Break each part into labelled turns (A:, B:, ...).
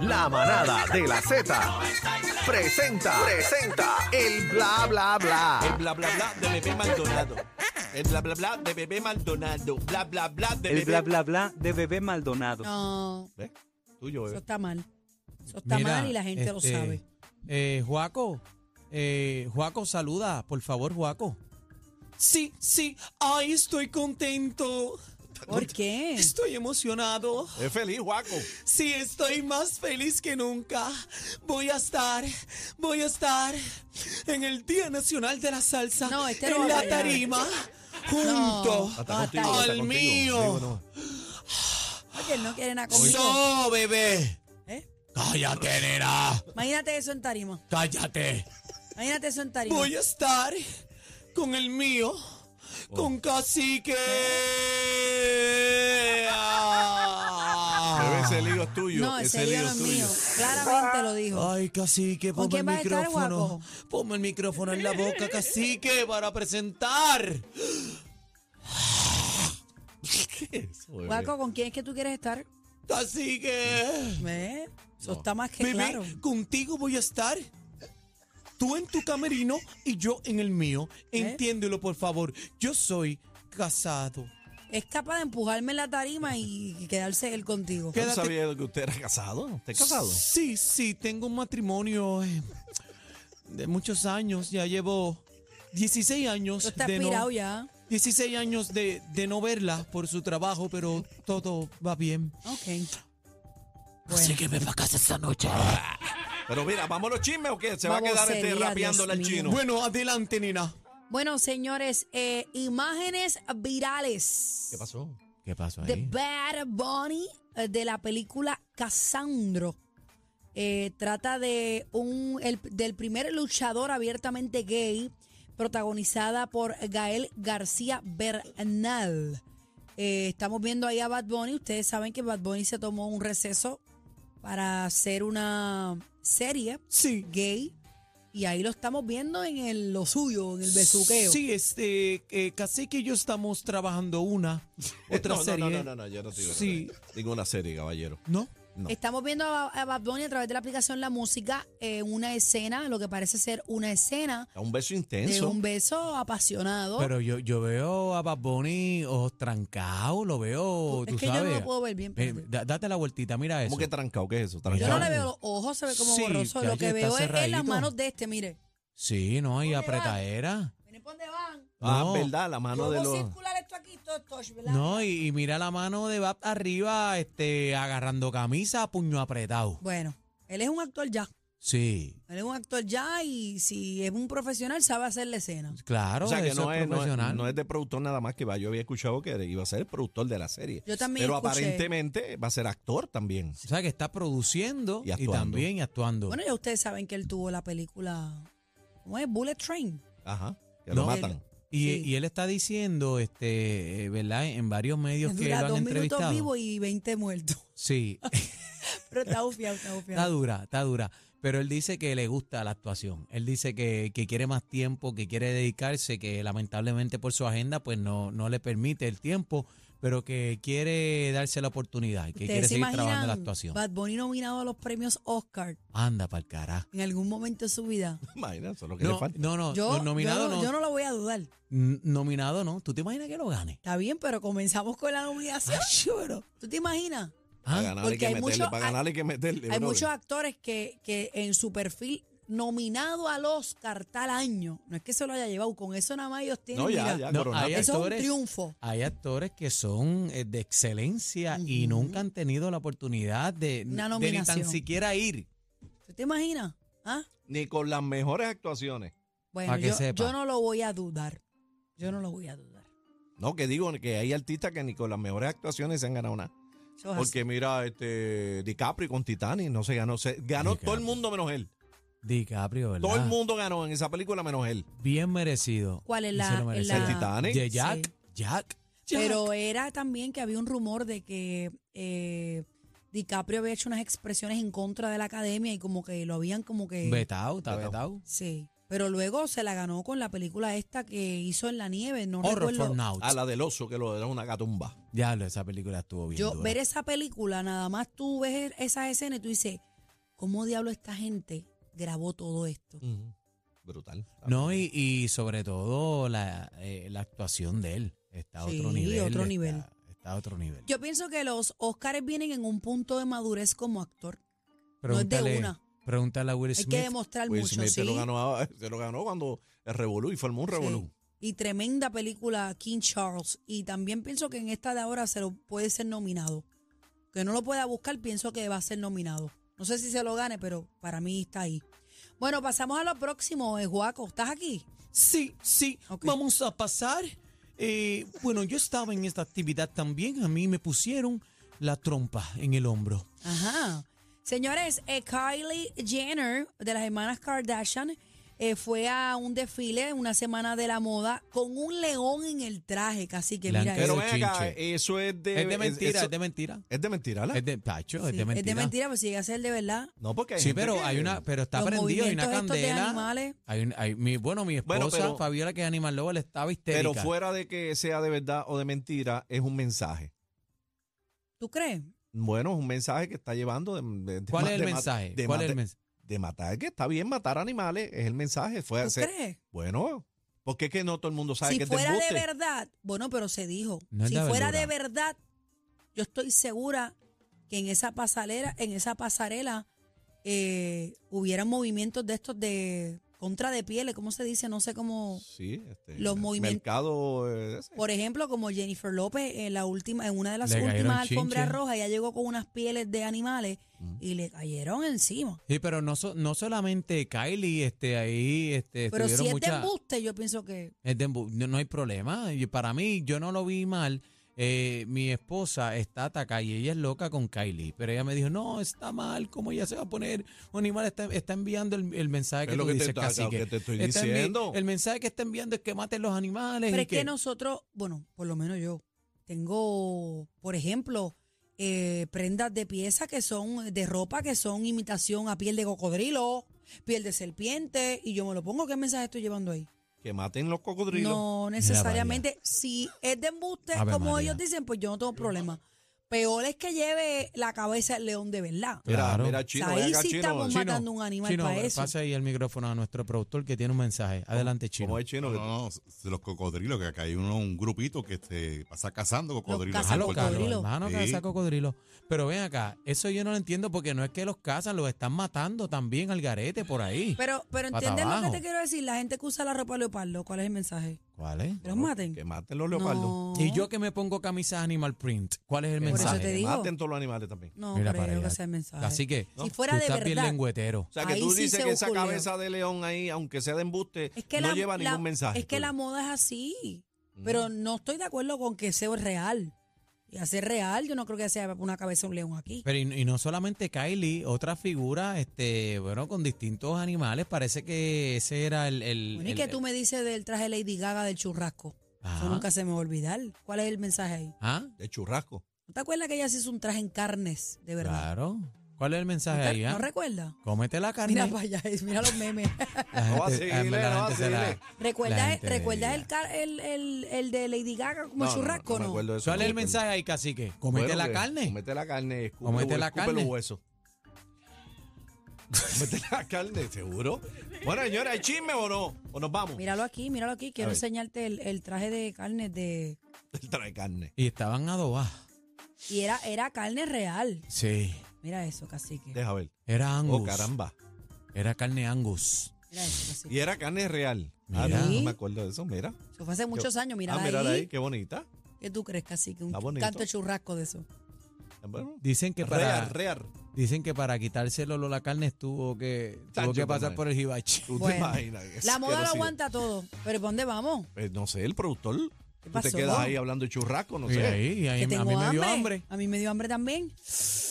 A: La manada de la Z presenta, presenta el bla bla bla.
B: El bla bla bla de bebé Maldonado. El bla bla bla de bebé Maldonado. Bla bla bla de
C: El
B: bebé.
C: bla bla bla de bebé Maldonado.
D: No,
B: ¿Ves? Tuyo, eh.
D: eso
B: bebé.
D: está mal. Eso está
E: Mira,
D: mal y la gente lo
E: este,
D: sabe.
E: Eh, Juaco, eh, Juaco, saluda, por favor, Juaco. Sí, sí, ay, estoy contento.
D: ¿Por qué?
E: Estoy emocionado.
B: Es feliz, Juaco.
E: Sí, estoy más feliz que nunca. Voy a estar, voy a estar en el Día Nacional de la Salsa,
D: No, este no va
E: en
D: a
E: la
D: bailar.
E: tarima, junto
D: No,
B: Hasta contigo,
D: Ah, está.
B: hasta
E: al
B: contigo.
E: mío.
B: Digo, no.
D: Porque él no quiere nada conmigo.
E: ¡So, bebé!
D: ¿eh?
E: ¡Cállate, nena!
D: Imagínate eso en tarima.
E: ¡Cállate!
D: Imagínate eso en tarima.
E: Voy a estar con el mío,
B: Oh.
E: con cacique.
B: Bebé, ese lío es tuyo.
D: Ah. no, ese lío no es
B: tuyo.
D: mío. Claramente lo dijo.
E: Ay, cacique,
D: ¿Con
E: ponme el
D: quién vas a estar,
E: micrófono.
D: guapo?
E: Ponme el micrófono en la boca, cacique, para presentar.
B: ¿Qué es eso, bebé?
D: Guaco, ¿con quién es que tú quieres estar?
E: Cacique.
D: ¿Ves? Eso está más que
E: Bebé,
D: claro.
E: contigo voy a estar. Tú en tu camerino y yo en el mío.
D: ¿Eh?
E: Entiéndelo, por favor. Yo soy casado.
D: Es capaz de empujarme en la tarima y quedarse él contigo.
B: ¿Tú no
E: Quédate-
B: sabías que usted era casado? ¿Estás casado?
E: Sí, sí, tengo un matrimonio eh, de muchos años. Ya llevo 16 años.
D: Tú estás
E: de no-
D: pirado ya.
E: 16 años de, de no verla por su trabajo, pero todo va bien.
D: Ok.
E: Así que ve para casa esta noche.
B: Pero mira, ¿vamos a los chismes o qué? Se va a quedar
D: Babosería,
B: este
D: Dios
B: rapeándole al
D: mío.
B: chino.
E: Bueno, adelante, nena.
D: Bueno, señores, eh, imágenes virales.
B: ¿Qué pasó?
E: ¿Qué pasó
D: The Bad Bunny eh, de la película Casandro. Eh, trata de un el- del primer luchador abiertamente gay, protagonizada por Gael García Bernal. Eh, estamos viendo ahí a Bad Bunny. Ustedes saben que Bad Bunny se tomó un receso para hacer una serie
E: Sí.
D: gay. Y ahí lo estamos viendo en el- lo suyo, en el besuqueo.
E: Sí, este, eh, Cacique y yo estamos trabajando una, otra
B: no, no,
E: serie.
B: No, no, no, no, yo no estoy
E: Sí.
B: Ninguna serie, caballero.
E: ¿No?
B: No.
D: Estamos viendo a, a Bad Bunny a través de la aplicación La Música eh, una escena, lo que parece ser una escena
B: Da Un beso
D: de
B: intenso.
D: un beso apasionado.
E: Pero yo, yo veo a Bad Bunny ojos trancados, lo
B: Pues,
E: veo,
D: es
E: tú
D: que
E: sabes.
D: yo no lo puedo ver bien.
E: Eh,
D: espérate.
E: da- date la vueltita, mira eso.
B: ¿Cómo que trancado? ¿Qué es eso?
D: yo
B: Trancado.
D: no le veo los ojos, se ve como
E: Sí,
D: borroso.
E: ya
D: Lo que
E: está
D: veo es- es,
E: cerradito.
D: las manos de este, mire.
E: Sí, no, y
D: ¿Dónde va?
E: apretadera.
D: Miren por dónde van.
B: Ah,
E: No.
B: verdad, la mano de
D: ¿Cómo
B: los...
D: circular esto aquí? Todo es touch, ¿verdad?
E: No, y, y mira la mano de Bab arriba, este, agarrando camisa, puño apretado.
D: Bueno, él es un actor ya.
E: Sí,
D: Él es un actor ya y si es un profesional sabe hacer la escena.
E: claro,
B: O sea, que
E: eso
B: no
E: es
B: es, no, es,
E: profesional.
B: no es de productor nada más que va. Yo había escuchado que iba a ser el productor de la serie.
D: Yo también
B: Pero
D: escuché.
B: aparentemente va a ser actor también.
E: O sea, que está produciendo
B: Y
E: y,
B: actuando.
E: también actuando.
D: Bueno, ya ustedes saben que él tuvo la película, ¿cómo es? Bullet Train.
B: Ajá. Que lo
E: No.
B: matan.
E: y,
D: sí.
E: y él está diciendo, este, eh, ¿verdad? En varios medios que lo
D: Dura
E: han
D: dos minutos
E: entrevistado.
D: vivo y 20 muertos.
E: Sí,
D: Pero está bufiado, está
E: está
D: bufiado.
E: dura, está dura. Pero él dice que le gusta la actuación. Él dice que, que quiere más tiempo, que quiere dedicarse, que lamentablemente por su agenda pues no, no le permite el tiempo, pero que quiere darse la oportunidad, y que quiere
D: Ustedes se
E: seguir trabajando en la
D: imaginan
E: actuación.
D: Bad Bunny nominado a los premios Oscar
E: Anda para el carajo.
D: en algún momento de su vida.
B: Imagina, eso es lo que le
E: No,
B: falta.
E: no, no,
D: Yo,
E: nominado
D: yo no,
E: no.
D: yo no lo voy a dudar.
E: N- Nominado no. ¿Tú te imaginas que lo gane?
D: Está bien, pero comenzamos con la nominación. ¿Tú te imaginas?
E: Ah,
B: Para ganar hay
D: porque
B: que
D: hay
B: meterle.
D: mucho-
B: Para ganar hay que meterle.
D: Hay
B: brother.
D: muchos actores que, que en su perfil nominado al Oscar tal año. No es que se lo haya llevado. Con eso nada más ellos tienen.
B: No, ya,
D: mira,
B: ya,
E: No,
B: coronado.
E: hay
D: Eso es un
E: actores-
D: triunfo.
E: Hay actores que son eh, de excelencia y nunca han tenido la oportunidad de,
D: Una
E: de ni
D: nominación.
E: tan siquiera ir.
D: ¿Tú te imaginas? ¿Ah?
B: Ni con las mejores actuaciones.
D: Bueno,
E: Pa' que
D: yo,
E: sepa.
D: yo no lo voy a dudar. Yo no lo voy a dudar.
B: No, que digo que hay artistas que ni con las mejores actuaciones se han ganado nada.
D: Eso es Pues así.
B: Porque mira, este DiCaprio con Titanic no se ganó. Se, ganó
E: DiCaprio.
B: todo el mundo menos él.
E: DiCaprio, ¿verdad?
B: Todo el mundo ganó en esa película menos él.
E: Bien merecido.
D: ¿Cuál es
E: Y
D: la-
E: se lo
D: es
E: merecía.
B: El Titanic.
E: De Jack.
D: Sí.
E: Jack. Jack.
D: Pero era también que había un rumor de que eh, DiCaprio había hecho unas expresiones en contra de la academia y como que lo habían como que...
E: Betao, está
B: Betao.
E: Betao.
D: Sí. Pero luego se la ganó con la película esta que hizo en la nieve. No
E: Horror
D: recuerdo.
E: for Now.
B: A la del oso que lo era una gatumba.
E: Diablo, esa película estuvo bien.
D: Yo
E: dura.
D: ver esa película, nada más tú ves esas escenas y tú dices, ¿cómo diablo esta gente grabó todo esto?
B: Brutal.
E: No, y, y sobre todo la, eh, la actuación de él. Está a
D: Sí,
E: otro nivel.
D: otro
E: está-
D: nivel.
E: Está, a otro nivel.
D: Yo pienso que los Oscars vienen en un punto de madurez como actor. no es de
E: Pregúntale,
D: una.
E: pregúntale a Will
D: Hay
E: Smith.
D: que demostrar
B: Will
D: mucho,
B: Smith se,
D: sí.
B: lo ganó, a- se lo ganó cuando el revolú y formó un
D: Sí.
B: revolú.
D: Y tremenda película King Charles. Y también pienso que en esta de ahora se lo puede ser nominado. Que no lo pueda buscar, pienso que va a ser nominado. No sé si se lo gane, pero para mí está ahí. Bueno, pasamos a lo próximo, eh, Juaco. ¿Estás aquí?
E: Sí, sí,
D: Ok.
E: vamos a pasar. Eh, bueno, yo estaba en esta actividad también. A mí me pusieron la trompa en el hombro.
D: Ajá. Señores, eh, Kylie Jenner de las hermanas Kardashian eh, fue a un desfile, una semana de la moda, con un león en el traje, casi que mira eso.
E: Blanca
B: Pero
E: Eso es
B: ven acá,
E: chinche.
B: eso Eh, es de.
E: Es de mentira,
B: eso-
E: es de mentira.
B: es de mentira, ¿la?
E: Es de, Pacho, es
D: Sí,
E: de mentira.
D: pues si llega a ser de verdad.
B: No, porque. hay
E: Sí,
B: gente
E: pero
B: que-
E: hay una, pero está
D: Los
E: prendido, hay una
D: movimientos estos de
E: candela.
D: animales.
E: Hay un- hay- mi- bueno, mi esposa
B: Bueno, pero-
E: Fabiola, que es animal lobo, le estaba histérica.
B: Pero fuera de que sea de verdad o de mentira, es un mensaje.
D: ¿Tú crees?
B: Bueno, es un mensaje que está llevando de. de- de
E: ¿Cuál
B: ma-
E: es el
B: de ma-
E: mensaje?
B: de
E: ¿Cuál
B: ma-
E: es el
B: de-
E: mensaje?
B: de matar, que está bien matar animales, es el mensaje. Fue
D: ¿Tú
B: se-
D: crees?
B: Bueno, porque es que no todo el mundo sabe
D: Si
B: que es de
D: fuera de
B: embuste.
D: verdad, bueno, pero se dijo.
E: No es
D: si
E: de
D: fuera
E: verdura.
D: de verdad, yo estoy segura que en esa pasarela, en esa pasarela, eh, hubieran movimientos de estos de contra de pieles, ¿cómo se dice? No sé cómo.
B: Sí, este,
D: Los
B: el
D: movimientos-
B: mercado, eh, ese.
D: Por ejemplo, como Jennifer López en la última, en una de las
E: Le cayeron
D: últimas alfombras
E: chinches. Mm.
D: rojas, ella llegó con unas pieles de animales y le cayeron encima.
E: Sí, pero no, so- no solamente Kylie, este, ahí, este,
D: Pero si
E: estuvieron
D: es de
E: muchas-
D: embuste, yo pienso que
E: Es de embu- no, no hay problema. Y Para mí, yo no lo vi mal. Eh, mi esposa está ataca y ella es loca con Kylie. Pero ella me dijo, no, está mal. ¿Cómo ella se va a poner? Un animal está, está enviando el, el mensaje
B: Es
E: que
B: lo
E: tú
B: que te
E: dices,
B: está- lo
E: cacique.
B: que te estoy
E: Está envi-
B: diciendo.
E: El mensaje que está enviando es que maten los animales.
D: Pero
E: y
D: es que nosotros, bueno, por lo menos yo, tengo, por ejemplo, eh, prendas de pieza que son, de ropa que son imitación a piel de cocodrilo, piel de serpiente, y yo me lo pongo, ¿qué mensaje estoy llevando ahí?
B: que maten los cocodrilos.
D: No necesariamente, si es de embuste,
E: Ave
D: como
E: María.
D: ellos dicen, pues yo no tengo problema. Peor es que lleve la cabeza del león de verdad.
B: Mira,
E: Claro.
B: mira, chino,
D: O sea, ahí
B: ven acá,
D: sí
B: chino.
D: estamos
B: Chino,
D: matando un animal
E: Chino,
D: para eso.
E: pasa ahí el micrófono a nuestro productor que tiene un mensaje. Adelante, Chino.
B: ¿Cómo es chino?
F: No,
B: que-
F: no, no, s- los cocodrilos, que acá hay uno, un grupito que se pasa cazando cocodrilos.
E: Ah,
D: cazan
F: en
E: los
F: Puerto
E: cazan,
D: cocodrilos.
F: Rico.
E: hermano,
F: Sí.
E: caza cocodrilo. Pero ven acá, eso yo no lo entiendo porque no es que los cazan, los están matando también al garete por ahí.
D: Pero, pero
E: Pata
D: entiendes lo que
E: abajo.
D: te quiero decir, la gente que usa la ropa leopardo, ¿cuál es el mensaje?
E: ¿Cuál es?
D: Que los maten.
B: Que maten los leopardos.
D: No.
E: Y yo que me pongo camisas animal print, ¿cuál es el
B: Que
D: eso
E: mensaje?
D: te
B: que
D: digo.
B: maten todos los animales también.
D: No
E: Mira para
D: creo
E: allá.
D: que sea el mensaje.
E: Así que
D: Si fuera
E: tú
D: de
E: estás bien
D: verdad,
E: lengüetero.
B: O sea, que
D: Ahí
B: tú
D: sí
B: dices
D: se
B: que esa
D: ocurrió.
B: cabeza de león ahí, aunque sea de embuste,
D: es que
B: no
D: la,
B: lleva
D: la-
B: ningún mensaje.
D: Es que la moda es así.
E: Mm.
D: Pero no estoy de acuerdo con que sea real. Y hacer real, yo no creo que sea una cabeza de un león aquí.
E: Pero y, y no solamente Kylie, otra figura, este, bueno, con distintos animales, parece que ese era el... el-
D: Bueno, y
E: el- Ah.
D: que tú me dices del traje Lady Gaga del churrasco. Eso
E: Ajá.
D: nunca se me va a olvidar. ¿Cuál es el mensaje ahí?
E: ¿Ah?
B: De churrasco.
D: ¿No te acuerdas que ella se hizo un traje en carnes, de verdad?
E: Claro. ¿Cuál es el mensaje
D: ¿No, te-
E: ahí? ah?
D: no recuerdas?
E: Cómete la carne.
D: Mira para allá, eh, mira los memes.
E: La
B: No
E: gente-
B: vacile,
E: en verdad, la
B: no
E: gente se la-
B: vacile.
E: la
D: ¿Recuerdas,
E: gente
D: ¿recuerdas
E: de-
D: el, car- el, el, el de Lady Gaga como churrasco?
B: me
D: No,
B: acuerdo de eso,
E: ¿Cuál
B: no
E: es el
B: me acuerdo.
E: mensaje ahí, cacique? Comete
B: pues, Bueno, pues,
E: la
B: que-
E: carne.
B: Comete la carne, escupe,
E: Comete la
B: escupe
E: carne.
B: los huesos. comete la carne, seguro. Bueno, señora, ¿hay chisme o no? ¿O nos vamos?
D: Míralo aquí, míralo aquí.
B: A
D: Quiero
B: ver.
D: enseñarte el, el traje de carne de...
B: Él trae carne.
E: Y estaban adobadas.
D: Y era, era carne real.
E: Sí.
D: Mira eso, cacique.
B: Deja ver.
E: Era angus.
B: Oh, caramba.
E: Era carne angus.
D: Mira eso, cacique.
B: Y era carne real. Ah,
E: Mira.
B: no, no me acuerdo de eso, mira.
D: Eso fue hace muchos años, mira
B: ah,
D: ahí.
B: mira ahí, qué bonita.
D: ¿Qué tú crees, cacique? Un
B: Está bonito.
D: canto de churrasco de eso.
B: Bueno,
E: Dicen que para
B: real, real.
E: dicen que para quitarse el olor a la carne tuvo que tuvo
B: Sancho,
E: que pasar
B: hermano.
E: por el hibachi.
B: Tú
D: Bueno,
B: te imaginas. qué
D: La moda lo
B: asquerosidad.
D: aguanta todo. Pero ¿para dónde vamos?
B: Pues no sé, el productor. Tú te
D: pasó?
B: quedas ahí hablando de churrasco, no
E: y
B: sé.
E: ahí, y ahí
D: que
E: a mí
D: tengo
E: me dio hambre.
D: A mí me dio hambre también.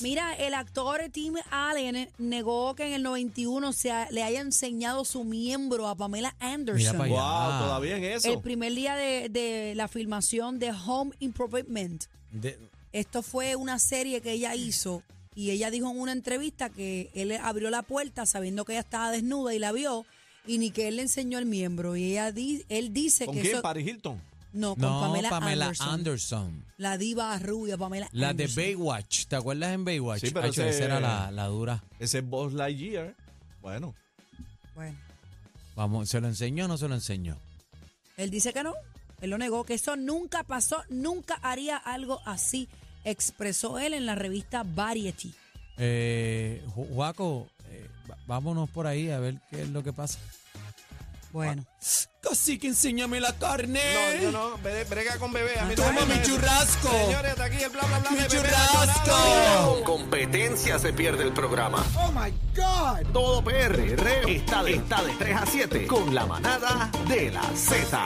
D: Mira, el actor Tim Allen negó que en el 91 se ha- le haya enseñado su miembro a Pamela Anderson.
E: para allá.
B: Wow,
E: Ah.
B: todavía en
D: El
B: eso.
D: primer día de, de la filmación de Home Improvement.
E: De-
D: Esto fue una serie que ella hizo y ella dijo en una entrevista que él abrió la puerta sabiendo que ella estaba desnuda y la vio y ni que él le enseñó el miembro. Y ella di- él dice
B: ¿Con
D: que
B: quién?
D: eso.
B: Paris Hilton.
D: No, con
E: No,
D: Pamela,
E: Pamela,
D: Anderson,
E: Anderson.
D: La diva rubia, Pamela
E: La de
D: Anderson.
E: Baywatch. ¿Te acuerdas en Baywatch?
B: Sí, pero
E: Hacho,
B: ese-
E: Esa era la, la dura.
B: Ese es Buzz Lightyear. Bueno,
D: Bueno,
E: Vamos, ¿se lo enseñó o no se lo enseñó?
D: él dice que no. Él lo negó, que eso nunca pasó, nunca haría algo así, expresó él en la revista Variety.
E: Eh, Ju- Juaco, eh, va- vámonos por ahí a ver qué es lo que pasa.
D: Bueno.
E: Casi que enséñame la carne.
B: No, no, no. bre- Brega con bebé. A mí no
E: Toma
B: me-
E: mi churrasco.
B: Señores, hasta aquí el bla, bla, bla.
E: Mi
B: de Bebé
E: churrasco.
B: Maldonado.
A: Con competencia se pierde el programa. Oh my God. Todo PR está de, está de 3 a 7 con la manada de la Z.